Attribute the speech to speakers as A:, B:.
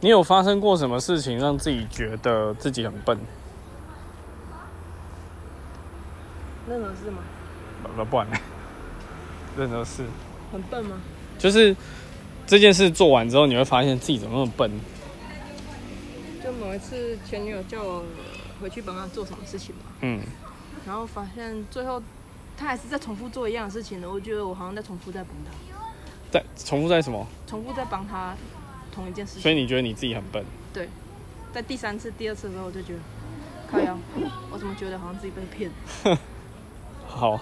A: 你有发生过什么事情让自己觉得自己很笨？
B: 那种是吗？
A: 呃不不然呢， 任何事，
B: 很笨吗？
A: 就是这件事做完之后，你会发现自己怎么那么笨。
B: 就某一次前女友叫我回去帮她做什么事情嘛，
A: 嗯，
B: 然后发现最后她还是在重复做一样的事情的，我觉得我好像在重复在帮她，
A: 在重复在什么？
B: 重复在帮她同一件事情。
A: 所以你觉得你自己很笨？
B: 对，在第三次、第二次的时候，我就觉得，靠腰，我怎么觉得好像自己被骗？
A: 好，